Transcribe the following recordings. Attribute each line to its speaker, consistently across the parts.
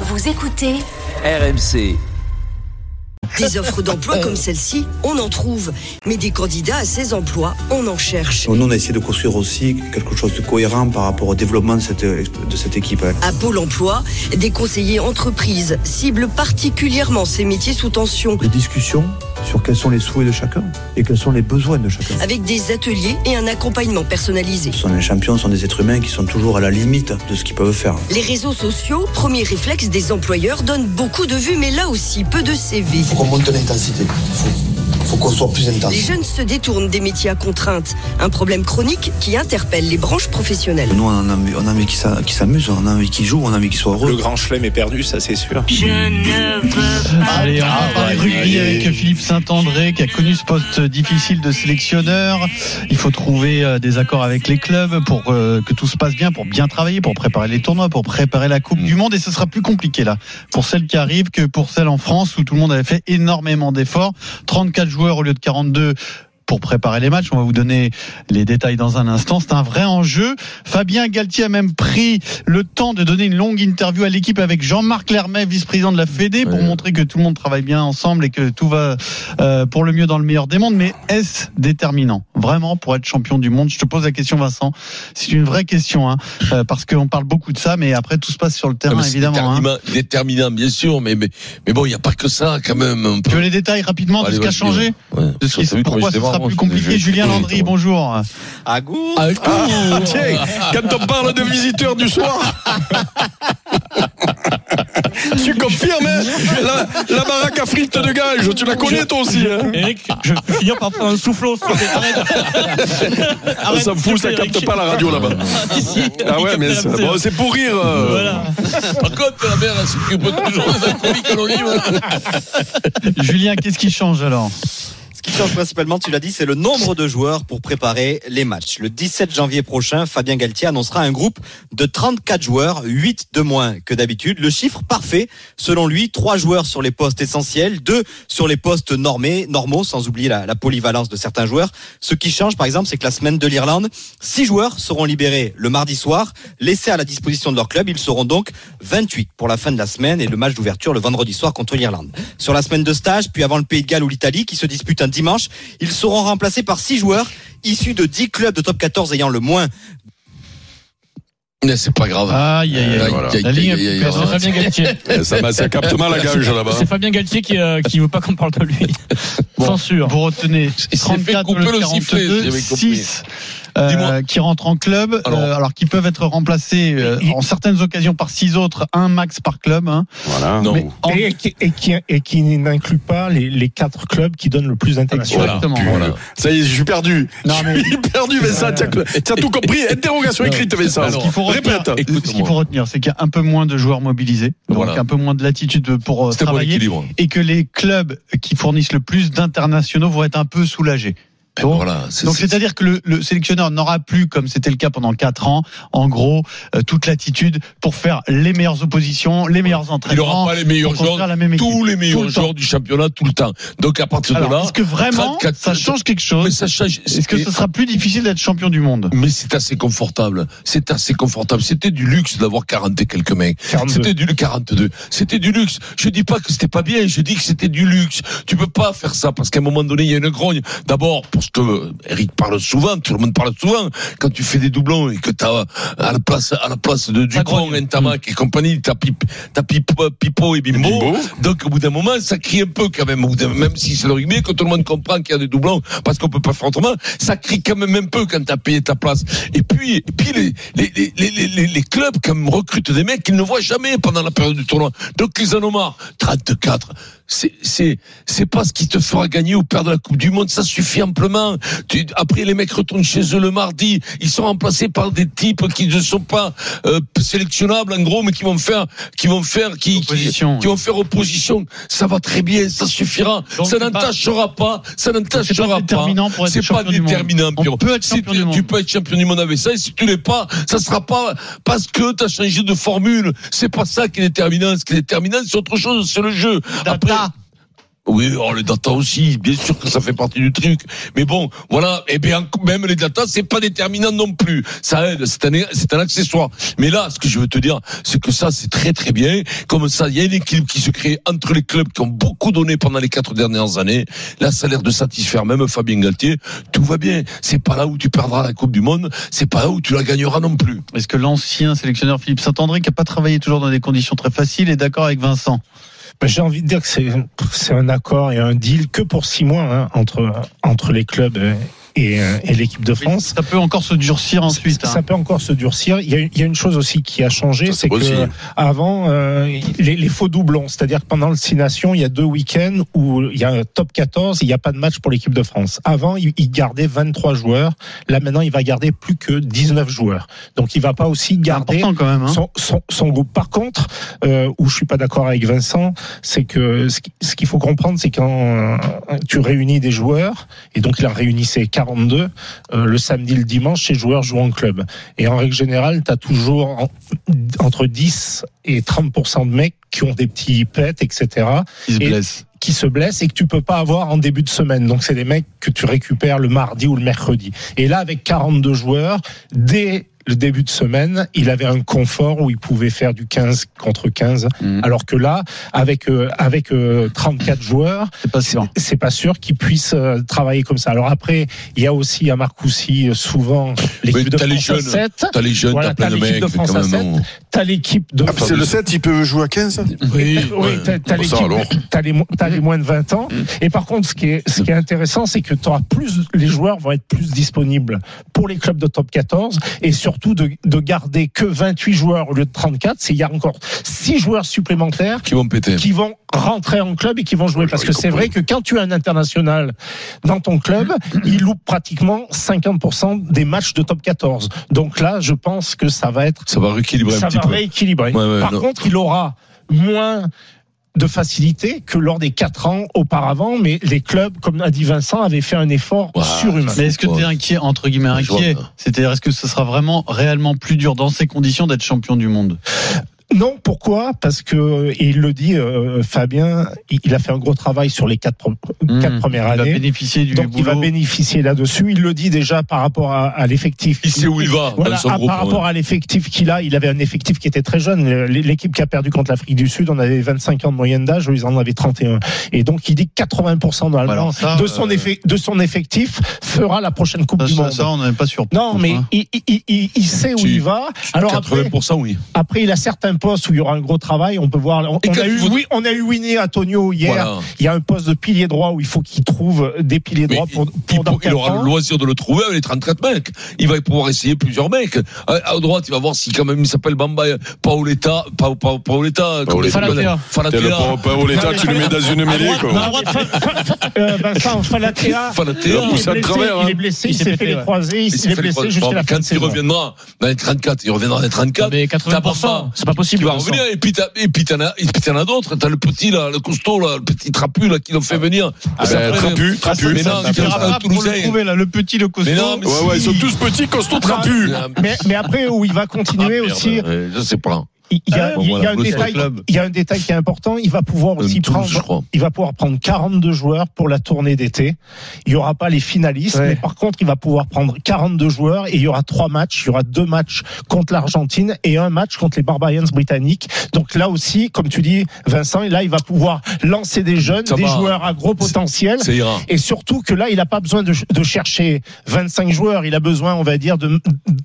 Speaker 1: Vous écoutez
Speaker 2: RMC.
Speaker 3: Des offres d'emploi comme celle-ci, on en trouve. Mais des candidats à ces emplois, on en cherche.
Speaker 4: Nous, on a essayé de construire aussi quelque chose de cohérent par rapport au développement de cette, de cette équipe.
Speaker 3: À Pôle emploi, des conseillers entreprises ciblent particulièrement ces métiers sous tension,
Speaker 4: Des discussions sur quels sont les souhaits de chacun et quels sont les besoins de chacun.
Speaker 3: avec des ateliers et un accompagnement personnalisé.
Speaker 4: Ce sont des champions, ce sont des êtres humains qui sont toujours à la limite de ce qu'ils peuvent faire.
Speaker 3: Les réseaux sociaux, premier réflexe des employeurs, donnent beaucoup de vues, mais là aussi peu de CV.
Speaker 5: faut qu'on monte l'intensité. Faut, faut qu'on soit plus intense.
Speaker 3: Les jeunes se détournent des métiers à contraintes, un problème chronique qui interpelle les branches professionnelles.
Speaker 4: Nous, on en a envie, on a envie qu'ils s'a- qu'ils s'amusent, on a envie qu'ils jouent, on a envie qu'ils soient
Speaker 6: Le
Speaker 4: heureux.
Speaker 6: grand chelem est perdu, ça c'est sûr.
Speaker 7: Allez, on va parler
Speaker 6: ouais, allez.
Speaker 7: rugby avec Philippe Saint-André qui a connu ce poste difficile de sélectionneur. Il faut trouver euh, des accords avec les clubs pour euh, que tout se passe bien, pour bien travailler, pour préparer les tournois, pour préparer la Coupe du Monde. Et ce sera plus compliqué là pour celle qui arrive que pour celle en France où tout le monde avait fait énormément d'efforts. 34 joueurs au lieu de 42 pour préparer les matchs. On va vous donner les détails dans un instant. C'est un vrai enjeu. Fabien Galtier a même pris le temps de donner une longue interview à l'équipe avec Jean-Marc Lermet, vice-président de la Fédé, pour montrer que tout le monde travaille bien ensemble et que tout va euh, pour le mieux dans le meilleur des mondes. Mais est-ce déterminant vraiment pour être champion du monde Je te pose la question, Vincent. C'est une vraie question, hein, euh, parce qu'on parle beaucoup de ça, mais après tout se passe sur le
Speaker 8: Ah,
Speaker 7: terrain,
Speaker 8: mais c'est
Speaker 7: évidemment. hein.
Speaker 8: déterminant, déterminant, bien sûr, mais, mais, mais bon, il n'y a pas que ça, quand même. un peu.
Speaker 7: Tu veux les détails rapidement de
Speaker 8: Allez,
Speaker 7: ce qui a
Speaker 8: vas-y,
Speaker 6: euh,
Speaker 7: changé
Speaker 8: ouais. Ouais.
Speaker 7: de ce
Speaker 8: T'as
Speaker 7: qui,
Speaker 8: vu comment
Speaker 7: pourquoi
Speaker 8: j'étais
Speaker 7: ce sera
Speaker 8: marrant,
Speaker 7: plus
Speaker 8: je-
Speaker 7: compliqué.
Speaker 8: je-
Speaker 7: Julien Landry, bonjour.
Speaker 6: À goût
Speaker 8: Ah,
Speaker 6: Tiens,
Speaker 9: Ah,
Speaker 6: quand on parle de visiteurs du soir. tu confirmes, hein la, la baraque à frites de gage, tu la connais toi aussi, hein
Speaker 9: Eric, je vais finir par prendre un soufflot. s'il te plaît. Arrête.
Speaker 6: On s'en fout, ça capte pas la radio là-bas.
Speaker 9: Si, si.
Speaker 6: Ah ouais,
Speaker 9: Il
Speaker 6: mais
Speaker 9: capte
Speaker 6: c'est
Speaker 9: la
Speaker 6: bon,
Speaker 9: radio.
Speaker 6: c'est pour rire. euh.
Speaker 9: Voilà.
Speaker 8: Par contre, la mère, elle s'occupe toujours de la chronique anonyme.
Speaker 7: Julien, qu'est-ce qui change alors
Speaker 10: Ce qui change principalement, tu l'as dit, c'est le nombre de joueurs pour préparer les matchs. Le 17 janvier prochain, Fabien Galtier annoncera un groupe de 34 joueurs, 8 de moins que d'habitude. Le chiffre parfait, selon lui, 3 joueurs sur les postes essentiels, 2 sur les postes normés, normaux, sans oublier la, la polyvalence de certains joueurs. Ce qui change, par exemple, c'est que la semaine de l'Irlande, 6 joueurs seront libérés le mardi soir, laissés à la disposition de leur club. Ils seront donc 28 pour la fin de la semaine et le match d'ouverture le vendredi soir contre l'Irlande. Sur la semaine de stage, puis avant le Pays de Galles ou l'Italie, qui se dispute un dimanche, ils seront remplacés par 6 joueurs issus de 10 clubs de top 14 ayant le moins
Speaker 8: Mais c'est pas grave.
Speaker 7: Aïe, aïe, aïe.
Speaker 8: Voilà.
Speaker 7: Ah, La ligne est
Speaker 8: Aïe, aïe,
Speaker 7: plus
Speaker 8: aïe,
Speaker 7: claire.
Speaker 8: aïe.
Speaker 9: C'est Fabien Galtier.
Speaker 6: Eh, Ça, m'a- ça capte mal la gage là-bas.
Speaker 9: C'est Fabien Galtier qui, euh, qui veut pas qu'on parle de lui.
Speaker 7: Bon,
Speaker 9: Censure.
Speaker 7: Vous retenez
Speaker 8: Il s'est fait
Speaker 7: 34
Speaker 8: couper
Speaker 7: le
Speaker 8: le
Speaker 7: 42,
Speaker 8: sifflet, j'avais compris.
Speaker 7: 6 euh,
Speaker 8: Dis-moi.
Speaker 7: qui rentrent en club, alors,
Speaker 8: Alors.
Speaker 7: alors qui peuvent être remplacés euh,
Speaker 9: Et-
Speaker 7: en certaines occasions par 6 autres, un max par club. hein.
Speaker 6: Voilà.
Speaker 8: Non.
Speaker 7: Mais en-
Speaker 11: Et qui, et qui, et qui n'inclut pas les, les quatre clubs qui donnent le plus d'internationaux.
Speaker 8: Voilà.
Speaker 7: Exactement.
Speaker 8: Voilà.
Speaker 6: Ça y est, je suis perdu.
Speaker 7: Non, mais-
Speaker 6: Je suis perdu, Vincent. Tu as, tout compris. Interrogation écrite, Vincent.
Speaker 7: ce qu'il faut retenir,
Speaker 6: Répète.
Speaker 7: ce qu'il faut
Speaker 8: Écoute-moi.
Speaker 7: retenir, c'est qu'il y a un peu moins de joueurs mobilisés, donc
Speaker 8: Voilà.
Speaker 7: un peu moins de latitude pour euh,
Speaker 8: C'était bon
Speaker 7: travailler,
Speaker 8: l'équilibre.
Speaker 7: et que les clubs qui fournissent le plus d'internationaux vont être un peu soulagés.
Speaker 8: Ben
Speaker 7: Donc,
Speaker 8: Voilà. c'est-
Speaker 7: Donc
Speaker 8: c'est-
Speaker 7: c'est-à-dire que le, le sélectionneur n'aura plus, comme c'était le cas pendant quatre ans, en gros, euh, toute l'attitude pour faire les meilleures oppositions, les meilleurs
Speaker 8: Il
Speaker 7: entraînements.
Speaker 8: n'aura pas les meilleurs
Speaker 7: pour construire
Speaker 8: joueurs,
Speaker 7: la même équipe.
Speaker 8: tous les
Speaker 7: Tout
Speaker 8: meilleurs
Speaker 7: le temps.
Speaker 8: joueurs du championnat tout le temps. Donc à partir de
Speaker 7: Alors,
Speaker 8: là,
Speaker 7: est-ce que vraiment
Speaker 8: 34,
Speaker 7: ça change quelque
Speaker 8: mais
Speaker 7: chose
Speaker 8: ça change.
Speaker 7: Est-ce que ce sera plus difficile d'être champion du monde
Speaker 8: Mais c'est assez confortable. C'est assez confortable. C'était du luxe d'avoir 40 et quelques mecs.
Speaker 11: 42.
Speaker 8: C'était du 42. C'était du luxe. Je dis pas que c'était pas bien. Je dis que c'était du luxe. Tu peux pas faire ça parce qu'à un moment donné, il y a une grogne. D'abord, parce que Eric parle souvent, tout le monde parle souvent. Quand tu fais des doublons et que t'as à la place, à la place de Ducron,
Speaker 9: grogne.
Speaker 8: Ntamak hein, et compagnie, t'as Pip, t'as Pip- Pipo et Bimbo.
Speaker 6: Bimbo.
Speaker 8: Donc, au bout d'un moment, ça crie un peu quand même. Au bout d'un- Même si c'est le rugby, que tout le monde comprend qu'il y a des doublons parce qu'on peut pas faire autrement, ça crie quand même un peu quand t'as payé ta place. Et puis, et puis les, les, les, les, les, les clubs quand même recrutent des mecs qu'ils ne voient jamais pendant la période du tournoi. Donc, ils en ont marre. 34. C'est, c'est, c'est pas ce qui te fera gagner ou perdre la Coupe du Monde. Ça suffit amplement. Tu- après, les mecs retournent chez eux le mardi. Ils sont remplacés par des types qui ne sont pas euh, sélectionnables, en gros, mais qui vont faire, qui vont faire, qui, qui,
Speaker 7: Opposition,
Speaker 8: qui vont faire opposition. Ça va très bien. Ça suffira.
Speaker 7: Donc,
Speaker 8: ça
Speaker 7: c'est pas-
Speaker 8: n'entachera pas. Ça
Speaker 7: C'est
Speaker 8: n'entachera
Speaker 7: pas déterminant pour être
Speaker 8: c'est pas
Speaker 7: champion du monde.
Speaker 8: déterminant.
Speaker 7: On
Speaker 8: Pierrot.
Speaker 7: peut être
Speaker 8: Si
Speaker 7: champion
Speaker 8: tu-
Speaker 7: du
Speaker 8: Tu
Speaker 7: monde.
Speaker 8: peux être champion du monde avec ça. Et si tu l'es pas, ça sera pas parce que tu as changé de formule. C'est pas ça qui est déterminant. Ce qui est déterminant, c'est autre chose. C'est le jeu. Après, Oui, oh, les data aussi, bien sûr que ça fait partie du truc. Mais bon, voilà, et bien même les data, c'est pas déterminant non plus. Ça aide, c'est un, c'est un accessoire. Mais là, ce que je veux te dire, c'est que ça, c'est très très bien. Comme ça, il y a une équipe qui se crée entre les clubs qui ont beaucoup donné pendant les quatre dernières années. Là, ça a l'air de satisfaire même Fabien Galtier. Tout va bien. C'est pas là où tu perdras la Coupe du Monde, c'est pas là où tu la gagneras non plus.
Speaker 7: Est-ce que l'ancien sélectionneur Philippe Saint-André, qui n'a pas travaillé toujours dans des conditions très faciles, est d'accord avec Vincent
Speaker 11: Ben, J'ai envie de dire que c'est c'est un accord et un deal que pour six mois hein, entre, entre les clubs euh, et, euh, et l'équipe de France.
Speaker 7: Ça peut encore se durcir ensuite.
Speaker 11: Ça,
Speaker 7: hein.
Speaker 11: ça peut encore se durcir. Il y a, une- il y a une chose aussi qui a changé,
Speaker 8: Ça, c'est
Speaker 11: c'est que
Speaker 8: possible.
Speaker 11: avant euh, les, les faux doublons, c'est-à-dire que pendant le Six Nations, il y a deux week-ends où il y a un top 14, il n'y a pas de match pour l'équipe de France. Avant, il, il gardait 23 joueurs. Là maintenant, il va garder plus que 19 joueurs. Donc il va pas aussi
Speaker 7: C'est
Speaker 11: garder
Speaker 7: important quand même. hein.
Speaker 11: son, son- son groupe. Par contre, euh, où je suis pas d'accord avec Vincent, c'est que ce qui- ce qu'il faut comprendre, c'est quand euh, tu réunis des joueurs, et donc il en réunissait 42, euh, le samedi, le dimanche, ces joueurs jouent en club. Et en règle générale, tu as toujours en- entre 10 et 30% de mecs qui ont des petits pets, etc
Speaker 7: Il se
Speaker 11: et-
Speaker 7: blesse.
Speaker 11: qui se blessent et que tu peux pas avoir en début de semaine. Donc c'est des mecs que tu récupères le mardi ou le mercredi. Et là avec 42 joueurs, dès le début de semaine, il avait un confort où il pouvait faire du 15 contre 15
Speaker 7: Mhm.
Speaker 11: alors que là avec euh, avec euh, 34 joueurs,
Speaker 7: C'est pas sûr.
Speaker 11: c'est pas sûr qu'ils puissent euh, travailler comme ça. Alors après, il y a aussi à Marcoussis euh, souvent l'équipe
Speaker 8: Mais
Speaker 11: de
Speaker 8: t'as les
Speaker 11: France à
Speaker 8: jeunes.
Speaker 11: 7,
Speaker 8: T'as les jeunes,
Speaker 11: Voilà,
Speaker 8: t'as plein de
Speaker 11: t'as l'équipe
Speaker 8: mecs,
Speaker 11: de
Speaker 8: mais
Speaker 11: France
Speaker 8: quand
Speaker 11: à
Speaker 8: même.
Speaker 11: sept.
Speaker 8: non.
Speaker 11: t'as l'équipe de
Speaker 4: Ah, puis c'est le 7, il peut jouer à 15
Speaker 8: Oui,
Speaker 11: T'as- oui,
Speaker 8: ouais.
Speaker 11: t'as- t'as
Speaker 8: Bon, ça,
Speaker 11: l'équipe-
Speaker 8: alors. Mm.
Speaker 11: t'as les, mo- t'as les moins de 20 ans. Et par contre, ce qui est, ce qui est intéressant, c'est que t'auras plus, les joueurs vont être plus disponibles pour les clubs de top 14 et surtout de, de garder que 28 joueurs au lieu de 34. C'est, il y a encore 6 joueurs supplémentaires
Speaker 8: Qui vont péter. hein.
Speaker 11: qui vont rentrer en club et qui vont jouer. Parce que
Speaker 8: j'aurais
Speaker 11: c'est vrai que quand tu as un international dans ton club, il loupe pratiquement 50% des matchs de top 14. Donc là, je pense que ça va être
Speaker 8: Ça va rééquilibrer
Speaker 11: ça
Speaker 8: un petit
Speaker 11: va
Speaker 8: peu.
Speaker 11: rééquilibrer.
Speaker 8: Ouais, ouais,
Speaker 11: Par
Speaker 8: non.
Speaker 11: contre, il aura moins de facilité que lors des quatre ans auparavant, mais les clubs, comme a dit Vincent, avaient fait un effort
Speaker 8: Ouais.
Speaker 11: surhumain.
Speaker 7: Mais est-ce que tu es inquiet, entre guillemets
Speaker 8: Je vois.
Speaker 7: inquiet C'est-à-dire, est-ce que ce sera vraiment réellement plus dur dans ces conditions d'être champion du monde
Speaker 11: Non, pourquoi Parce que et il le dit, euh, Fabien, il, il a fait un gros travail sur les quatre, pro-
Speaker 8: Hmm.
Speaker 7: Mmh.
Speaker 11: quatre premières
Speaker 7: Il va
Speaker 11: années.
Speaker 7: bénéficier du
Speaker 11: Donc il va
Speaker 7: boulot.
Speaker 11: bénéficier là-dessus. Il le dit déjà par rapport à, à l'effectif.
Speaker 8: Il sait où il va
Speaker 11: Voilà,
Speaker 8: dans son
Speaker 11: à-
Speaker 8: groupe.
Speaker 11: par
Speaker 8: ouais.
Speaker 11: rapport à l'effectif qu'il a, il avait un effectif qui était très jeune. Le- L'équipe qui a perdu contre l'Afrique du Sud, on avait 25 ans de moyenne d'âge, eux, ils en avaient 31. Et donc, il dit que 80% normalement
Speaker 7: Alors ça,
Speaker 11: de, son
Speaker 7: euh,
Speaker 11: effet- de son effectif fera la prochaine Coupe
Speaker 7: Ça,
Speaker 11: du
Speaker 7: ça,
Speaker 11: Monde.
Speaker 7: ça, on n'est pas sûr. hein.
Speaker 11: non, mais il, il- il- il sait où
Speaker 8: Tu-
Speaker 11: il va. Alors après,
Speaker 8: 80% oui.
Speaker 11: après, il a certains postes où il y aura un gros travail. On peut voir. On,
Speaker 8: Et
Speaker 11: on
Speaker 8: quand
Speaker 11: a,
Speaker 8: il
Speaker 11: eu,
Speaker 8: faut-
Speaker 11: oui, on a eu Winnie Antonio hier.
Speaker 8: Voilà.
Speaker 11: Il y a un poste de pilier droit où il faut qu'il trouve des piliers
Speaker 8: Mais
Speaker 11: droits pour,
Speaker 8: il,
Speaker 11: pour dans
Speaker 8: pour- il
Speaker 11: quatre
Speaker 8: aura
Speaker 11: ans.
Speaker 8: le loisir de le trouver avec les 34 mecs. Il va pouvoir essayer plusieurs mecs. À, à droite, il va voir si quand même il s'appelle Bamba euh, Paoletta. Pa, pa, Paoletta. comme
Speaker 6: Paoletta.
Speaker 8: il s'appelle.
Speaker 7: Falatea.
Speaker 6: T'es le
Speaker 8: Falatea.
Speaker 6: pauvre Paoletta, tu le mets dans
Speaker 11: Ah,
Speaker 6: une mêlée,
Speaker 11: bah,
Speaker 6: quoi.
Speaker 11: Euh, Vincent Falatea.
Speaker 8: Falatea.
Speaker 11: Il est
Speaker 6: Ça te
Speaker 11: blessé,
Speaker 6: travers, hein.
Speaker 11: Il est blessé, il s'est fait
Speaker 7: pété,
Speaker 11: les
Speaker 7: ouais.
Speaker 11: croisés, il
Speaker 8: Mais
Speaker 11: s'est
Speaker 8: c'est fait
Speaker 11: blessé
Speaker 8: les-
Speaker 11: jusqu'à
Speaker 8: Bon,
Speaker 11: la fin de
Speaker 8: Quand il
Speaker 11: saison. Ah,
Speaker 8: reviendra dans les 34, il reviendra dans les
Speaker 9: Non,
Speaker 8: 34.
Speaker 9: mais
Speaker 8: T'as pas ça.
Speaker 9: 80%, c'est pas
Speaker 8: Il
Speaker 9: possible.
Speaker 8: va
Speaker 9: Vincent.
Speaker 8: revenir et puis t'as- et puis t'en as, et puis t'en as d'autres. T'as le petit là, le costaud là, le petit trapu là qui l'ont fait venir.
Speaker 6: Ah ben, trapu, trapu.
Speaker 8: Mais
Speaker 6: ça,
Speaker 8: non, il
Speaker 6: ça,
Speaker 8: y
Speaker 6: ça.
Speaker 8: aura pas
Speaker 7: Pour le trouver, là, le petit, le costaud.
Speaker 8: Mais non, mais
Speaker 6: Ouais, ouais, ils sont tous petits, costauds, trapus.
Speaker 11: Mais, mais après, où il va
Speaker 8: Ah,
Speaker 11: continuer aussi,
Speaker 8: Ouais, Je sais pas.
Speaker 11: il il y a,
Speaker 8: Bon,
Speaker 11: il y a
Speaker 8: Ah, voilà,
Speaker 11: un
Speaker 8: le
Speaker 11: détail,
Speaker 7: club.
Speaker 11: il y a un détail qui est important. Il va pouvoir aussi
Speaker 8: Même tous, je
Speaker 11: prendre,
Speaker 8: crois.
Speaker 11: il va pouvoir prendre 42 joueurs pour la tournée d'été. Il y aura pas les finalistes, mais par contre, il va pouvoir prendre 42 joueurs et il y aura trois matchs. Il y aura deux matchs contre l'Argentine et un match contre les Barbarians britanniques. Donc là aussi, comme tu dis, Vincent, là, il va pouvoir lancer des jeunes,
Speaker 8: Ça
Speaker 11: des
Speaker 8: va.
Speaker 11: joueurs à gros potentiel.
Speaker 8: Ça ira.
Speaker 11: Et surtout que là, il n'a pas besoin de, de chercher 25 joueurs. Il a besoin, on va dire, de,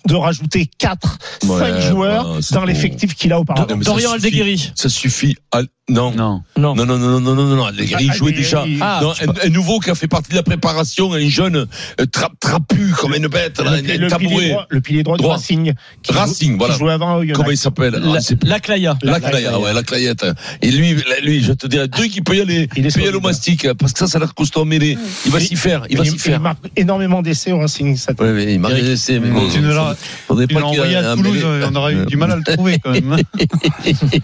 Speaker 11: de rajouter 4,
Speaker 8: Ouais,
Speaker 11: 5 joueurs
Speaker 8: voilà, c'est
Speaker 11: dans
Speaker 8: bon.
Speaker 11: l'effectif qu'il a auparavant.
Speaker 8: Ah, Non, mais ça
Speaker 9: Dorian
Speaker 8: suffit.
Speaker 9: Aldeguerri.
Speaker 8: Ça suffit. à- Non.
Speaker 7: Non.
Speaker 9: Non.
Speaker 8: Non, non, non, non, non, non, non, non. Allegri
Speaker 11: Ah,
Speaker 8: jouait
Speaker 11: Allegri.
Speaker 8: déjà.
Speaker 11: Ah,
Speaker 8: Non, un, un nouveau qui a fait partie de la préparation, un jeune euh, tra- trapu comme une bête, là,
Speaker 11: le,
Speaker 8: un,
Speaker 11: le pilier
Speaker 8: tabouret.
Speaker 11: droit, le pilier droit,
Speaker 8: Droit.
Speaker 11: de Racing. Qui
Speaker 8: Racing,
Speaker 11: joue,
Speaker 8: voilà.
Speaker 11: Qui jouait avant au
Speaker 8: Comment
Speaker 11: United.
Speaker 8: il s'appelle
Speaker 9: La,
Speaker 8: Ah, c'est-
Speaker 9: la Claya.
Speaker 8: la
Speaker 11: la
Speaker 8: claya,
Speaker 11: Claya.
Speaker 8: ouais, la clayette. Et lui, là, lui, je te dirais, deux qui peut y aller,
Speaker 11: Il est
Speaker 8: peut y aller au
Speaker 11: solide.
Speaker 8: mastic, hein, parce que ça, ça a l'air costaud mêlé. Il va s'y faire, il va s'y faire.
Speaker 11: marque énormément d'essais au Racing cette
Speaker 8: Ouais, mais il m'a laissé, mais bon,
Speaker 7: Tu nous l'as
Speaker 8: faudrait
Speaker 7: tu nous l'as
Speaker 8: qu'il y ait
Speaker 7: envoyé à
Speaker 8: un
Speaker 7: Toulouse, euh,
Speaker 8: mêlé.
Speaker 7: on aurait eu du mal à le trouver quand même. hein.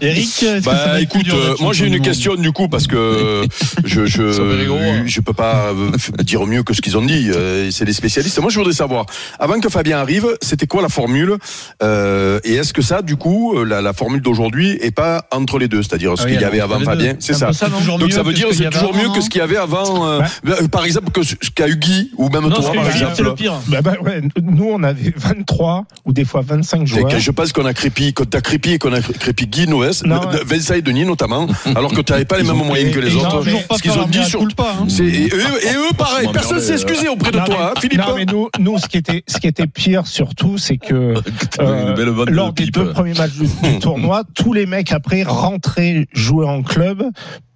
Speaker 7: Eric, est-ce que ça va
Speaker 6: Bah
Speaker 7: être plus
Speaker 6: écoute,
Speaker 7: dur d'être
Speaker 6: euh, moi j'ai une question du coup parce que je
Speaker 8: Ça fait rigoureux, hein.
Speaker 6: je je peux pas euh, f- dire mieux que ce qu'ils ont dit. euh, C'est des spécialistes. Moi je voudrais savoir avant que Fabien arrive, c'était quoi la formule euh, et est-ce que ça du coup euh, la, la formule d'aujourd'hui est pas entre les deux, c'est-à-dire ce
Speaker 7: Ah oui,
Speaker 6: qu'il y
Speaker 7: alors,
Speaker 6: avait
Speaker 7: entre
Speaker 6: avant
Speaker 7: les
Speaker 6: Fabien,
Speaker 7: deux.
Speaker 6: c'est
Speaker 7: C'est un
Speaker 6: ça.
Speaker 7: peu ça, non
Speaker 6: Donc ça
Speaker 7: Mieux
Speaker 6: veut
Speaker 7: que
Speaker 6: dire
Speaker 7: ce qu'il y
Speaker 6: c'est
Speaker 7: avait
Speaker 6: toujours
Speaker 7: avant, hein.
Speaker 6: mieux que
Speaker 7: non
Speaker 6: ce qu'il y avait avant. euh,
Speaker 11: Ouais.
Speaker 6: ben, Par exemple que ce ce qu'a eu Guy ou
Speaker 8: bah,
Speaker 6: même
Speaker 9: Non,
Speaker 6: toi
Speaker 9: ce
Speaker 6: par
Speaker 9: que j'ai dit, c'est
Speaker 6: exemple.
Speaker 9: le pire.
Speaker 11: Bah, bah, ouais, nous, on avait 23 ou des fois 25
Speaker 6: T'es-
Speaker 11: joueurs.
Speaker 6: que Je pense qu'on a crépi, que t'as crépi et qu'on a crépi Guy Noès,
Speaker 11: Non,
Speaker 6: de- de-
Speaker 11: ouais.
Speaker 6: Vincent et euh, Denis notamment, alors que t'avais pas les mêmes moyens que les
Speaker 7: Ils ont
Speaker 6: autres.
Speaker 7: toujours pas
Speaker 6: Ce qu'ils
Speaker 7: fait
Speaker 6: ont
Speaker 7: leur
Speaker 6: dit
Speaker 7: mea
Speaker 6: sur,
Speaker 7: culpa, hein.
Speaker 6: c'est- et eux, et eux, pareil,
Speaker 8: Bon,
Speaker 6: personne
Speaker 8: merde,
Speaker 6: s'est excusé auprès de
Speaker 11: Non,
Speaker 6: toi, hein,
Speaker 11: mais-
Speaker 6: Philippe.
Speaker 11: Non, mais nous, nous, ce qui était, ce qui était pire surtout, c'est
Speaker 8: Euh,
Speaker 11: que
Speaker 8: Une belle bande de
Speaker 11: Euh, lors des
Speaker 8: pipe.
Speaker 11: deux premiers matchs du, du tournoi, tous les mecs après rentraient jouer en club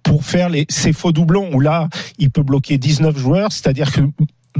Speaker 11: pour faire les, ces faux doublons où là, il peut bloquer 19 joueurs, c'est-à-dire que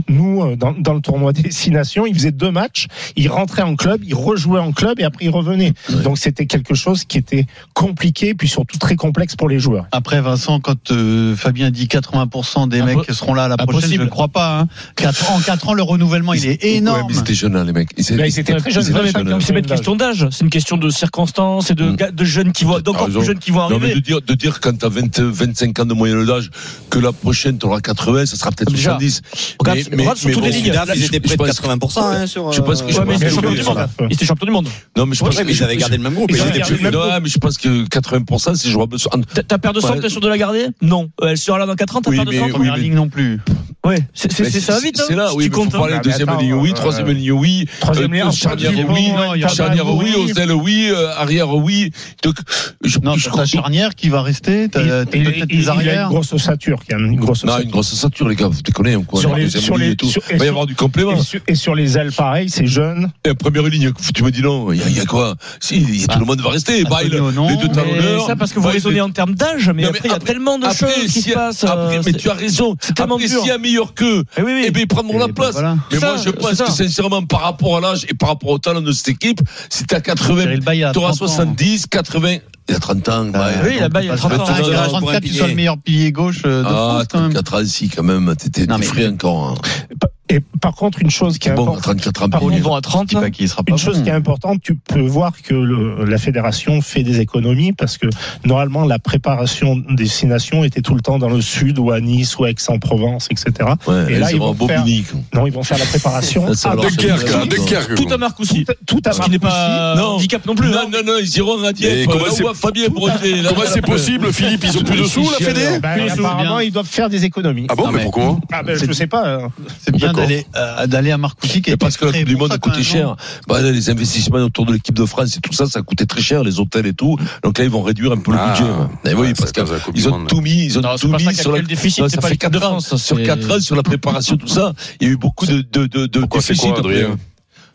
Speaker 11: nous, euh, dans, dans le tournoi Destination, ils faisaient deux matchs, ils rentraient en club, ils rejouaient en club et après ils revenaient. Donc c'était quelque chose qui était compliqué, puis surtout très complexe pour les joueurs.
Speaker 7: Après Vincent, quand euh, Fabien dit 80% des mecs seront là à la prochaine,
Speaker 9: Impossible.
Speaker 7: je ne crois pas. Hein. Quatre- en 4 ans, le renouvellement il est
Speaker 8: Ouais,
Speaker 7: énorme.
Speaker 8: mais c'était jeune, hein, les mecs.
Speaker 11: Là, ils étaient Bah, très jeunes,
Speaker 8: ils étaient
Speaker 11: 25
Speaker 8: jeunes, hein.
Speaker 11: ans.
Speaker 9: C'est pas une question d'âge, c'est une question de circonstances et de,
Speaker 8: Mm.
Speaker 9: ga- de jeunes qui vont, d'encore
Speaker 8: raison.
Speaker 9: plus jeunes qui vont
Speaker 8: Non, mais de
Speaker 9: arriver.
Speaker 8: dire, de dire quand t'as 20, 25 ans de moyenne d'âge, que la prochaine t'auras 80, ça sera peut-être
Speaker 9: Déjà.
Speaker 8: 70.
Speaker 9: Regarde, regarde sur
Speaker 8: mais
Speaker 9: toutes
Speaker 8: bon,
Speaker 9: les ligues.
Speaker 8: Là,
Speaker 10: Là, ils étaient près
Speaker 8: je
Speaker 10: de
Speaker 8: pense-
Speaker 10: 80% hein, sur.
Speaker 8: je pense que-
Speaker 9: Ouais, mais ils étaient
Speaker 8: Ouais,
Speaker 9: champions
Speaker 8: mais
Speaker 9: du
Speaker 8: ils sont
Speaker 9: monde.
Speaker 11: là.
Speaker 9: Ils étaient champions du monde.
Speaker 8: Non, mais je pense
Speaker 10: Ouais, mais ils avaient gardé le même groupe.
Speaker 9: Ils
Speaker 10: Ils
Speaker 9: avaient
Speaker 10: étaient
Speaker 9: gardé
Speaker 10: plus.
Speaker 9: le même
Speaker 8: Non, mais je pense que 80% c'est jouable. sur-
Speaker 9: T'as- T'as peur de sang,
Speaker 8: Ouais.
Speaker 9: t'es sûr de la garder Non. Euh, Elle sera là dans 4 ans, t'as
Speaker 8: Oui,
Speaker 9: peur de
Speaker 8: mais-
Speaker 9: sang
Speaker 8: oui,
Speaker 7: Première
Speaker 8: mais-
Speaker 7: ligne non plus.
Speaker 9: Ouais, c'est- c'est-
Speaker 8: Mais
Speaker 9: c'est- ça va vite. hein,
Speaker 8: C'est là,
Speaker 9: si
Speaker 8: oui,
Speaker 9: tu
Speaker 8: mais faut
Speaker 9: comptes. hein.
Speaker 8: parler
Speaker 11: Ah, mais
Speaker 8: deuxième
Speaker 11: attends,
Speaker 8: ligne, oui,
Speaker 11: euh,
Speaker 8: troisième ligne, oui,
Speaker 11: Troisième lien,
Speaker 8: euh, charnière,
Speaker 11: Dupont,
Speaker 8: oui,
Speaker 11: euh,
Speaker 8: charnière,
Speaker 11: Tabarot,
Speaker 8: oui, Osdell, oui, euh, arrière, oui. Donc, je,
Speaker 7: Non,
Speaker 8: je
Speaker 7: t'as ta charnière qui va rester,
Speaker 11: Et-
Speaker 7: t'as t'as
Speaker 11: et-
Speaker 7: peut-être
Speaker 11: et- il
Speaker 7: des
Speaker 11: a une
Speaker 7: arrières.
Speaker 11: grosse ossature, quand même, une grosse
Speaker 8: Non,
Speaker 11: ossature.
Speaker 8: une grosse ossature, les gars, vous déconnez, quoi.
Speaker 11: Sur
Speaker 8: la
Speaker 11: les-
Speaker 8: deuxième
Speaker 11: sur
Speaker 8: ligne
Speaker 11: les-
Speaker 8: et tout.
Speaker 11: sur- et
Speaker 8: Il va y
Speaker 11: sur-
Speaker 8: avoir du complément.
Speaker 11: Et sur, et sur les ailes, pareil, c'est jeune.
Speaker 8: Et première ligne, tu me dis non, il y, a- il y a quoi Si, il y a- tout le monde va rester. Bale,
Speaker 7: Antonio, non,
Speaker 8: les deux
Speaker 7: mais
Speaker 9: Mais
Speaker 8: talonneurs.
Speaker 9: ça parce que vous
Speaker 8: Bale,
Speaker 9: raisonnez en termes d'âge, mais
Speaker 8: Non, mais
Speaker 9: après il y a
Speaker 8: après-
Speaker 9: tellement de
Speaker 8: après,
Speaker 9: choses qui
Speaker 8: si-
Speaker 9: se passent. euh,
Speaker 8: Après, mais
Speaker 9: c'est-
Speaker 8: tu as raison.
Speaker 9: c'est tellement
Speaker 8: Après,
Speaker 9: dur.
Speaker 8: s'il y a meilleur qu'eux,
Speaker 9: Eh oui, oui.
Speaker 8: eh bien, ils prendront
Speaker 7: Et
Speaker 8: la
Speaker 7: ben
Speaker 8: place.
Speaker 7: voilà.
Speaker 8: Mais
Speaker 9: Ça,
Speaker 8: moi, je
Speaker 9: c'est
Speaker 8: pense
Speaker 9: ça.
Speaker 8: que sincèrement, par rapport à l'âge et par rapport au talent de cette équipe, si t'es à 80,
Speaker 7: Cyril Bay a
Speaker 8: tu auras
Speaker 7: 30 ans.
Speaker 8: 70, 80. Il a 30 ans, Baye.
Speaker 9: Oui, là-bas il y a
Speaker 7: Parce
Speaker 9: 30
Speaker 7: que
Speaker 9: ans.
Speaker 7: t'as
Speaker 10: ans,
Speaker 7: un
Speaker 10: pour un
Speaker 7: 44, tu
Speaker 10: pilier.
Speaker 7: sois le meilleur pilier gauche euh, de
Speaker 8: Ah,
Speaker 7: France quand même.
Speaker 8: 34 ans, si, quand même. T'étais
Speaker 7: Non,
Speaker 8: t'es
Speaker 7: mais-
Speaker 8: frais encore. hein.
Speaker 11: Et par contre, une chose qui est
Speaker 8: Bon, à hein.
Speaker 11: importante.
Speaker 8: 34 ans,
Speaker 11: Par
Speaker 9: Au
Speaker 8: Baye.
Speaker 9: niveau à 30.
Speaker 7: Je dis pas qu'il sera pas
Speaker 11: Une chose
Speaker 7: bon.
Speaker 11: qui est importante, tu peux voir que le- la fédération fait des économies parce que normalement la préparation des six nations était tout le temps dans le sud ou à Nice ou à Aix-en-Provence, etc.
Speaker 8: Ouais,
Speaker 11: Et
Speaker 8: elles
Speaker 11: là, ils
Speaker 8: seront
Speaker 11: vont
Speaker 8: à
Speaker 11: faire-
Speaker 8: Bobigny, quoi.
Speaker 11: Non, ils vont faire la préparation.
Speaker 8: Ça, ça
Speaker 11: à
Speaker 8: leur
Speaker 11: Marcoussis.
Speaker 8: Dunkerque,
Speaker 6: Dunkerque,
Speaker 8: hein,
Speaker 6: Dunkerque.
Speaker 9: Tout à Marcoussis.
Speaker 11: Ah, tout à
Speaker 9: Ce qui n'est pas
Speaker 8: Non.
Speaker 9: handicap non plus. hein.
Speaker 8: Non, non, non, ils iront à
Speaker 6: Et
Speaker 8: Dieppe.
Speaker 6: comment
Speaker 8: Là
Speaker 6: c'est-
Speaker 8: où va Fabien Brotier, là-
Speaker 6: Comment c'est possible, Philippe Ils ont plus de sous, la Fédé
Speaker 11: Bah,
Speaker 7: Oui, c'est
Speaker 11: apparemment,
Speaker 7: bien.
Speaker 11: ils doivent faire des économies.
Speaker 6: Ah bon,
Speaker 7: Non,
Speaker 6: mais
Speaker 7: mais-
Speaker 6: pourquoi
Speaker 11: Ah ben, je
Speaker 7: C'est-
Speaker 11: sais pas.
Speaker 7: C'est bien d'aller
Speaker 8: D'accord.
Speaker 7: euh, d'aller à Marcoussis qui
Speaker 8: Et
Speaker 7: est
Speaker 8: parce que la
Speaker 7: très
Speaker 8: Coupe du
Speaker 7: bon,
Speaker 8: Monde
Speaker 7: ça,
Speaker 8: a coûté
Speaker 7: quand même.
Speaker 8: cher. Bah, là, les investissements autour de l'équipe de France et tout ça, ça a coûté très cher, les hôtels et tout. Donc là, ils vont réduire un peu le
Speaker 6: Ah.
Speaker 8: budget.
Speaker 1: Eh
Speaker 8: Mais oui,
Speaker 6: Ouais,
Speaker 8: parce
Speaker 6: c'est à cause de la Coupe
Speaker 8: qu'ils
Speaker 6: du
Speaker 8: ont
Speaker 6: Monde.
Speaker 8: tout mis, ils ont
Speaker 9: Non, c'est
Speaker 8: tout
Speaker 9: pas ça
Speaker 8: mis
Speaker 9: qui a
Speaker 8: sur la
Speaker 9: créé le déficit,
Speaker 8: Non,
Speaker 9: c'est
Speaker 8: ça
Speaker 9: pas
Speaker 8: fait
Speaker 9: l'équipe
Speaker 8: quatre
Speaker 9: de
Speaker 8: ans.
Speaker 9: France,
Speaker 8: Sur
Speaker 9: c'est-
Speaker 8: 4 ans, sur la préparation, tout ça, il y a eu beaucoup de, de, de, de
Speaker 6: Pourquoi c'est
Speaker 8: déficits
Speaker 6: quoi,
Speaker 8: après.
Speaker 6: Adrien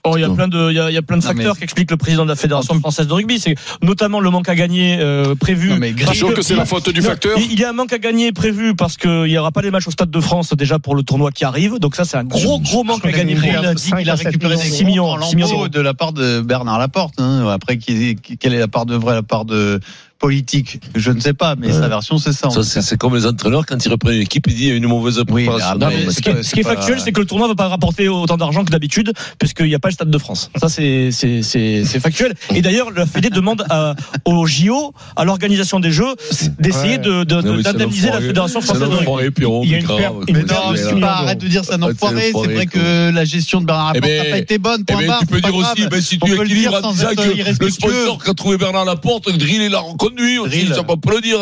Speaker 9: Oh, il y a plein de, il y a, il y a plein de
Speaker 7: Non, mais-
Speaker 9: facteurs qui expliquent le président de la fédération
Speaker 7: En tout-
Speaker 9: française de rugby. C'est notamment le manque à gagner euh, prévu.
Speaker 7: Non, mais
Speaker 9: Parce
Speaker 6: Sachant que c'est la faute du
Speaker 9: Non,
Speaker 6: facteur.
Speaker 9: Il il y a un manque à gagner prévu parce qu'il n'y aura pas les matchs au Stade de France déjà pour le tournoi qui arrive. Donc ça, c'est un gros, gros manque à
Speaker 11: connais
Speaker 9: gagner
Speaker 11: une
Speaker 9: prévu.
Speaker 11: idée.
Speaker 7: Il a dit qu'il a
Speaker 11: Cinq à sept
Speaker 7: récupéré
Speaker 9: millions.
Speaker 7: 6 millions en
Speaker 9: Six millions d'euros.
Speaker 7: lambeaux de la part de Bernard Laporte. hein. Après, qui- qui- quelle est la part de vrai, la part de politique Je ne sais pas, mais
Speaker 8: Ouais.
Speaker 7: sa version, c'est ça. en
Speaker 8: Ça,
Speaker 7: tout
Speaker 8: c'est-
Speaker 7: cas.
Speaker 8: c'est comme les entraîneurs, quand ils reprennent une équipe, ils disent, il y a une mauvaise
Speaker 7: Oui, ah, mais
Speaker 8: préparation.
Speaker 7: après,
Speaker 9: Non, mais
Speaker 7: Ouais,
Speaker 9: ce
Speaker 7: c'est
Speaker 9: qui est,
Speaker 7: pas-
Speaker 9: ce qui est
Speaker 7: c'est pas-
Speaker 9: factuel, c'est que le tournoi ne va pas rapporter autant d'argent que d'habitude, puisqu'il n'y a pas le stade de France. Ça, c'est c'est- c'est- c'est factuel. Et d'ailleurs, la Fédé demande à, aux JO, à l'organisation des Jeux, d'essayer
Speaker 11: Ouais.
Speaker 9: de de-
Speaker 8: Non, mais
Speaker 9: de-
Speaker 8: c'est
Speaker 9: d'indemniser la
Speaker 8: l'enfoiré.
Speaker 9: Fédération
Speaker 8: C'est
Speaker 9: française de rugby.
Speaker 8: l'enfoiré, Pierrot,
Speaker 11: Il y a
Speaker 8: mais
Speaker 11: une
Speaker 8: grave.
Speaker 11: perte- une
Speaker 7: Mais
Speaker 11: perte
Speaker 7: non,
Speaker 11: de
Speaker 8: Mais
Speaker 7: c'est
Speaker 11: millions
Speaker 7: pas,
Speaker 11: d'euros.
Speaker 7: arrête de dire ça, non,
Speaker 8: Ah, c'est
Speaker 7: foiré,
Speaker 8: l'enfoiré,
Speaker 7: C'est vrai
Speaker 8: quoi.
Speaker 7: que la gestion de Bernard
Speaker 8: Eh
Speaker 7: Laporte n'a
Speaker 8: ben,
Speaker 7: pas été bonne.
Speaker 8: Eh
Speaker 7: point
Speaker 8: ben,
Speaker 7: barre,
Speaker 8: tu peux
Speaker 7: c'est pas
Speaker 8: dire aussi,
Speaker 7: grave.
Speaker 8: ben, si
Speaker 7: On
Speaker 8: tu
Speaker 7: peut le
Speaker 8: équilibres
Speaker 7: dire
Speaker 8: à
Speaker 7: sans
Speaker 8: ça
Speaker 7: être
Speaker 8: que le
Speaker 7: irrespectueux.
Speaker 8: sponsor qu'a trouvé Bernard Laporte, Drill, il l'a reconduit aussi.
Speaker 7: Drill.
Speaker 8: Ça, on peut le dire.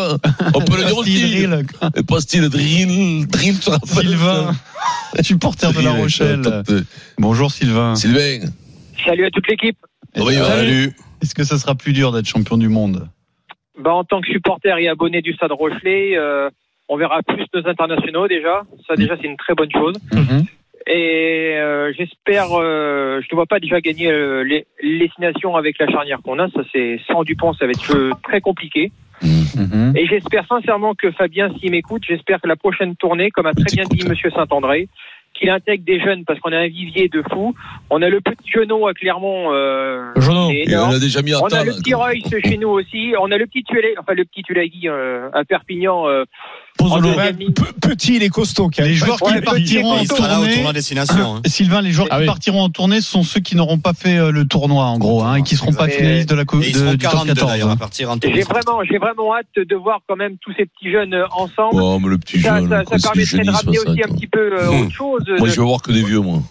Speaker 8: On peut le dire aussi.
Speaker 7: Drill,
Speaker 8: Et pas style Drill, Drill, tu te rappelles
Speaker 7: Sylvain, supporter de La
Speaker 8: Drill,
Speaker 7: Rochelle.
Speaker 8: top.
Speaker 7: Bonjour Sylvain.
Speaker 8: Sylvain.
Speaker 1: Salut à toute l'équipe.
Speaker 8: Oui,
Speaker 7: Est-ce-
Speaker 8: salut.
Speaker 7: Est-ce que ça sera plus dur d'être champion du monde
Speaker 1: Bah, en tant que supporter et abonné du Stade Rochelet, euh, on verra plus nos internationaux déjà. Ça
Speaker 7: Mm.
Speaker 1: déjà c'est une très bonne chose.
Speaker 7: Mm-hmm.
Speaker 1: Et euh, j'espère, euh, je ne vois pas déjà gagner euh, les, les six nations avec la charnière qu'on a. Ça c'est sans Dupont, ça va être euh, très compliqué.
Speaker 7: Mhm.
Speaker 1: Et j'espère sincèrement que Fabien, s'il m'écoute, j'espère que la prochaine tournée, comme a très bien dit Monsieur Saint-André, qu'il intègre des jeunes parce qu'on a un vivier de fous. On a le petit Genot à Clermont. Euh,
Speaker 9: Jeannot.
Speaker 1: qui est
Speaker 8: Et on
Speaker 1: énorme.
Speaker 8: a déjà mis à
Speaker 1: On a le
Speaker 8: table.
Speaker 1: petit Royce chez nous aussi. On a le petit Tulé, enfin le petit Tulagi euh, à Perpignan. euh,
Speaker 9: Pozzolo.
Speaker 1: En deuxième ligne.
Speaker 11: Pe- Petit, il est costaud. quand même.
Speaker 7: Les joueurs
Speaker 11: Ouais,
Speaker 7: qui
Speaker 11: petit, il est
Speaker 7: partiront en
Speaker 11: costaud.
Speaker 10: sera là au
Speaker 7: tournée.
Speaker 10: tournoi destination. hein.
Speaker 7: Sylvain, les joueurs
Speaker 9: Ah
Speaker 7: qui
Speaker 9: oui.
Speaker 7: partiront en tournée sont ceux qui n'auront pas fait euh, le tournoi, en gros, hein, et qui seront pas
Speaker 1: Mais-
Speaker 7: finalistes de la Coupe
Speaker 10: Et ils seront
Speaker 7: de- du top
Speaker 10: 42 d'ailleurs
Speaker 7: 14.
Speaker 10: à
Speaker 7: hein.
Speaker 10: partir en
Speaker 1: Et
Speaker 10: tournée.
Speaker 1: J'ai vraiment, j'ai vraiment hâte de voir quand même tous ces petits jeunes euh, ensemble.
Speaker 8: Oh, mais le petit
Speaker 1: ça,
Speaker 8: jeune,
Speaker 1: ça- ça
Speaker 8: quoi,
Speaker 1: permettrait
Speaker 8: c'est du
Speaker 1: de
Speaker 8: génisme,
Speaker 1: ramener
Speaker 8: ça,
Speaker 1: aussi un
Speaker 8: quoi.
Speaker 1: petit peu euh,
Speaker 8: Hum.
Speaker 1: autre chose. euh,
Speaker 8: Moi,
Speaker 1: de-
Speaker 8: je vais voir que des vieux, moi.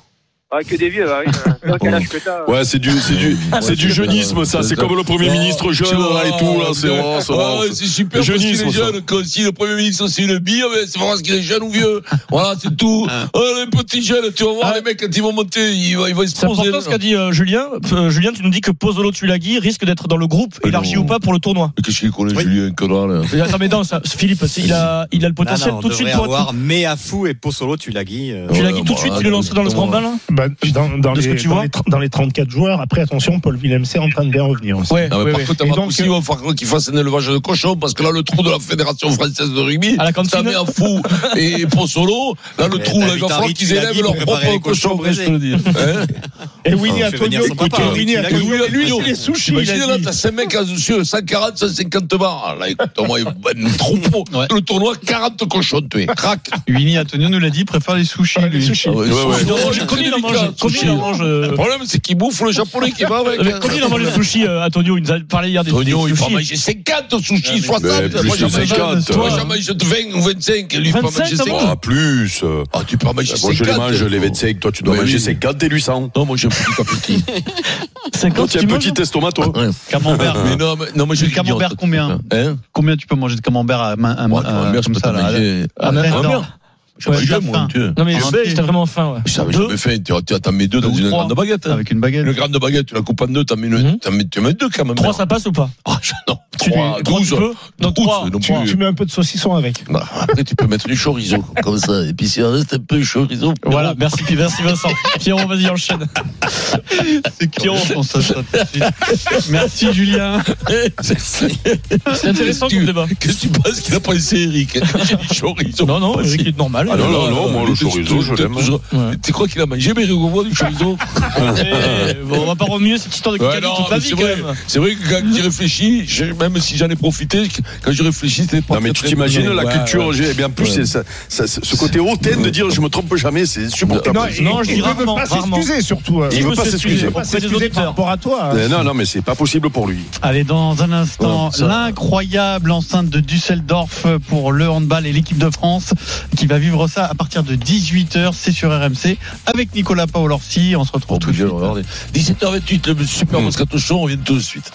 Speaker 1: Ah, que des vieux, bah oui. euh, toi, quel âge que t'as, euh.
Speaker 6: Ouais, c'est du, c'est du,
Speaker 8: Ah,
Speaker 6: c'est du jeunisme, ça. C'est comme le Premier ministre jeune là, et tout. Là, c'est oh, ça va,
Speaker 8: Ah,
Speaker 6: c'est-
Speaker 8: c'est super
Speaker 6: Le
Speaker 8: parce qu'il
Speaker 6: jeunisme,
Speaker 8: est
Speaker 6: ça.
Speaker 8: jeune. Comme si le Premier ministre c'est une bille, mais c'est pas parce qu'il est jeune ou vieux. Voilà, c'est tout.
Speaker 9: Ah.
Speaker 8: Oh, les petits jeunes, tu vas voir, les mecs, quand ils vont monter, ils vont, ils vont
Speaker 9: C'est
Speaker 8: exploser.
Speaker 9: important ce
Speaker 7: hein.
Speaker 9: qu'a dit euh, Julien. Euh, Julien, tu nous dis que Pozzolo Tulagi risque d'être dans le groupe
Speaker 8: Mais
Speaker 9: élargi
Speaker 8: non.
Speaker 9: ou pas pour le tournoi.
Speaker 8: Mais Qu'est-ce qu'il connaît, Julien, hein. connard, là
Speaker 9: Mais Attends, mais non, ça, Philippe, c'est- il a, il a le
Speaker 10: Non,
Speaker 9: potentiel
Speaker 10: non, on
Speaker 9: tout de suite
Speaker 10: devrait
Speaker 9: pour
Speaker 10: avoir Meafou et Pozzolo, tu l'as dit. euh,
Speaker 9: Tu l'as
Speaker 8: Ouais,
Speaker 9: dit tout de
Speaker 8: bah,
Speaker 9: suite, tu le lancerais dans le hein.
Speaker 8: exactement.
Speaker 9: grand bain là
Speaker 11: Bah, dans, dans
Speaker 9: De ce
Speaker 11: les,
Speaker 9: que tu
Speaker 11: dans
Speaker 9: vois.
Speaker 11: les tr- dans les 34 joueurs, après attention, Paul Willem C est en train de bien revenir. aussi.
Speaker 9: Ouais,
Speaker 8: Non,
Speaker 9: ouais,
Speaker 8: mais Ah bah, par
Speaker 9: ouais.
Speaker 8: contre, à
Speaker 11: Et
Speaker 8: pas
Speaker 11: donc,
Speaker 9: euh,
Speaker 8: possible, il va falloir qu'il fasse un élevage de cochons, parce que là, le trou de la Fédération Française de Rugby,
Speaker 9: À la
Speaker 8: ça
Speaker 9: cantine.
Speaker 8: met un fou et Pozzolo. Là, le
Speaker 10: Mais
Speaker 8: trou, là, il
Speaker 10: t'invites
Speaker 8: va falloir
Speaker 10: Harry
Speaker 8: qu'ils
Speaker 10: Tulagi
Speaker 8: élèvent
Speaker 10: pour
Speaker 8: leurs
Speaker 10: préparer
Speaker 8: propres
Speaker 10: les cochons
Speaker 8: cochons, je te le dis. Hein
Speaker 11: Et Winnie
Speaker 10: on fait venir
Speaker 11: Antonio,
Speaker 10: son papa,
Speaker 11: écoutez,
Speaker 10: hein,
Speaker 11: Winnie
Speaker 10: il a
Speaker 11: Antonio,
Speaker 10: dit-
Speaker 11: lui, lui, les sushis, il a
Speaker 8: Imaginez là,
Speaker 11: dit.
Speaker 8: t'as 5 mecs à monsieur, 140, 150 bars. Là, écoute-moi, il va nous troupeau.
Speaker 7: Ouais. Ah
Speaker 8: Le tournoi, 40 cochons, tu es. Crac.
Speaker 7: Winnie Antonio nous l'a dit, il préfère les sushis.
Speaker 11: Ah, les
Speaker 7: lui.
Speaker 11: sushis.
Speaker 6: ouais.
Speaker 8: ouais,
Speaker 9: Il en mange-
Speaker 8: Ouais,
Speaker 9: Combien il en mange euh, Combien il
Speaker 8: c'est délicat,
Speaker 9: en
Speaker 8: sushi.
Speaker 9: mange euh,
Speaker 8: Le problème, c'est qu'il bouffe le japonais qui va avec.
Speaker 9: mais Combien il en mange de sushi, euh, Antonio Il nous a parlé hier des des
Speaker 8: Antonio, il va
Speaker 9: sushis.
Speaker 8: manger 50 sushis,
Speaker 6: Mais
Speaker 8: 60.
Speaker 6: plus
Speaker 8: Moi,
Speaker 6: de
Speaker 8: j'en mange
Speaker 6: 50.
Speaker 8: Toi,
Speaker 6: euh,
Speaker 8: j'en mange 20 ou 25. Lui, il va
Speaker 9: 25,
Speaker 8: manger
Speaker 9: ça
Speaker 8: 50.
Speaker 6: Ah, plus. euh,
Speaker 8: Ah, tu peux en manger 50.
Speaker 6: Moi, je les mange, les 25. Toi, tu dois
Speaker 8: Mais
Speaker 6: manger
Speaker 8: oui.
Speaker 6: 50 et 800.
Speaker 8: Non, moi, j'ai un petit à petit.
Speaker 6: Toi,
Speaker 9: 50
Speaker 6: tu as un
Speaker 9: tu manges
Speaker 6: petit estomac, toi.
Speaker 8: Ouais.
Speaker 7: Camembert.
Speaker 8: Mais non, mais, non, moi, je
Speaker 7: Le camembert, combien
Speaker 8: Hein
Speaker 7: Combien tu peux manger de camembert à main à
Speaker 8: Moi,
Speaker 7: main-
Speaker 8: camembert,
Speaker 7: euh,
Speaker 8: je peux
Speaker 7: comme
Speaker 8: t'en
Speaker 7: ça là
Speaker 8: manger.
Speaker 7: à- à main-
Speaker 8: Camembert.
Speaker 7: non.
Speaker 8: J'en
Speaker 7: Ouais,
Speaker 8: mange
Speaker 7: t'as
Speaker 8: un, moi,
Speaker 7: faim.
Speaker 8: tu veux.
Speaker 9: Non, mais
Speaker 7: Ah,
Speaker 9: je
Speaker 7: ok.
Speaker 9: sais, t'as vraiment faim, ouais.
Speaker 8: Ça, mais
Speaker 9: Deux.
Speaker 8: j'avais faim. Tu tu- t'en mets deux
Speaker 7: Deux
Speaker 8: dans
Speaker 7: ou
Speaker 8: une
Speaker 7: trois.
Speaker 8: grande baguette. hein.
Speaker 7: Avec une baguette.
Speaker 8: Une grande baguette, tu la coupes en deux, t'en mets, une-
Speaker 9: Mhm.
Speaker 8: t'en mets, tu en mets deux quand même.
Speaker 9: Trois,
Speaker 8: merde.
Speaker 9: ça passe ou pas
Speaker 8: Ah, je- non,
Speaker 9: Tu
Speaker 8: trois,
Speaker 9: les- trois, tu
Speaker 8: douze.
Speaker 9: peux Donc
Speaker 8: Douze,
Speaker 9: trois.
Speaker 8: non plus.
Speaker 11: Tu- Tu mets un peu de saucisson avec.
Speaker 8: Bah, après, tu peux mettre du chorizo, comme ça. Et puis, si on reste un peu chorizo.
Speaker 9: Voilà, merci, merci Vincent. Pierrot, vas-y, enchaîne.
Speaker 7: C'est curieux qu'on sache ça tout de suite. Merci Julien.
Speaker 9: C'est intéressant comme débat.
Speaker 8: Qu'est-ce que tu penses qu'il a pensé, Eric J'ai dit chorizo.
Speaker 9: Non, non, Eric, il est normal.
Speaker 6: Ah non, non, non, moi, le chorizo, je l'aime.
Speaker 9: Ouais.
Speaker 8: hein. Tu crois qu'il a mangé, mais au du chorizo
Speaker 9: Eh, bon, on va pas rendre mieux cette histoire de
Speaker 8: Ouais,
Speaker 9: Kikadi
Speaker 8: non,
Speaker 9: toute la
Speaker 8: mais
Speaker 9: vie,
Speaker 8: c'est
Speaker 9: quand
Speaker 8: vrai,
Speaker 9: même.
Speaker 8: c'est vrai que quand j'y réfléchis, je- même si j'en ai profité, je- quand j'y réfléchis, c'était pas
Speaker 6: Non, mais
Speaker 8: très,
Speaker 6: tu
Speaker 8: très
Speaker 6: t'imagines
Speaker 8: bon.
Speaker 6: la
Speaker 8: Ouais,
Speaker 6: culture.
Speaker 8: ouais.
Speaker 6: j'ai- Eh bien, plus,
Speaker 8: Ouais.
Speaker 6: c'est ça- ça- ce ce côté hautaine de dire je me trompe jamais, c'est supportable.
Speaker 9: Non, non, je dis
Speaker 11: il ne veut
Speaker 9: rarement,
Speaker 11: pas
Speaker 9: rarement.
Speaker 11: s'excuser surtout. hein.
Speaker 6: Il veut pas s'excuser.
Speaker 11: Il veut pas
Speaker 9: Auprès des
Speaker 11: s'excuser par
Speaker 9: auditeurs.
Speaker 11: rapport à toi. hein.
Speaker 6: Euh, Non, non, mais c'est pas possible pour lui.
Speaker 7: Allez, dans un instant,
Speaker 8: Ouais, ça-
Speaker 7: l'incroyable enceinte de Düsseldorf pour le handball et l'équipe de France qui va vivre ça à partir de 18h. C'est sur RMC avec Nicolas Paolorsi. On se retrouve
Speaker 8: Oh,
Speaker 7: tout de
Speaker 8: mon Dieu,
Speaker 6: hein. Mmh.
Speaker 7: suite.
Speaker 8: regardez. 17h28, le super Moscato Show, on vient tout de suite.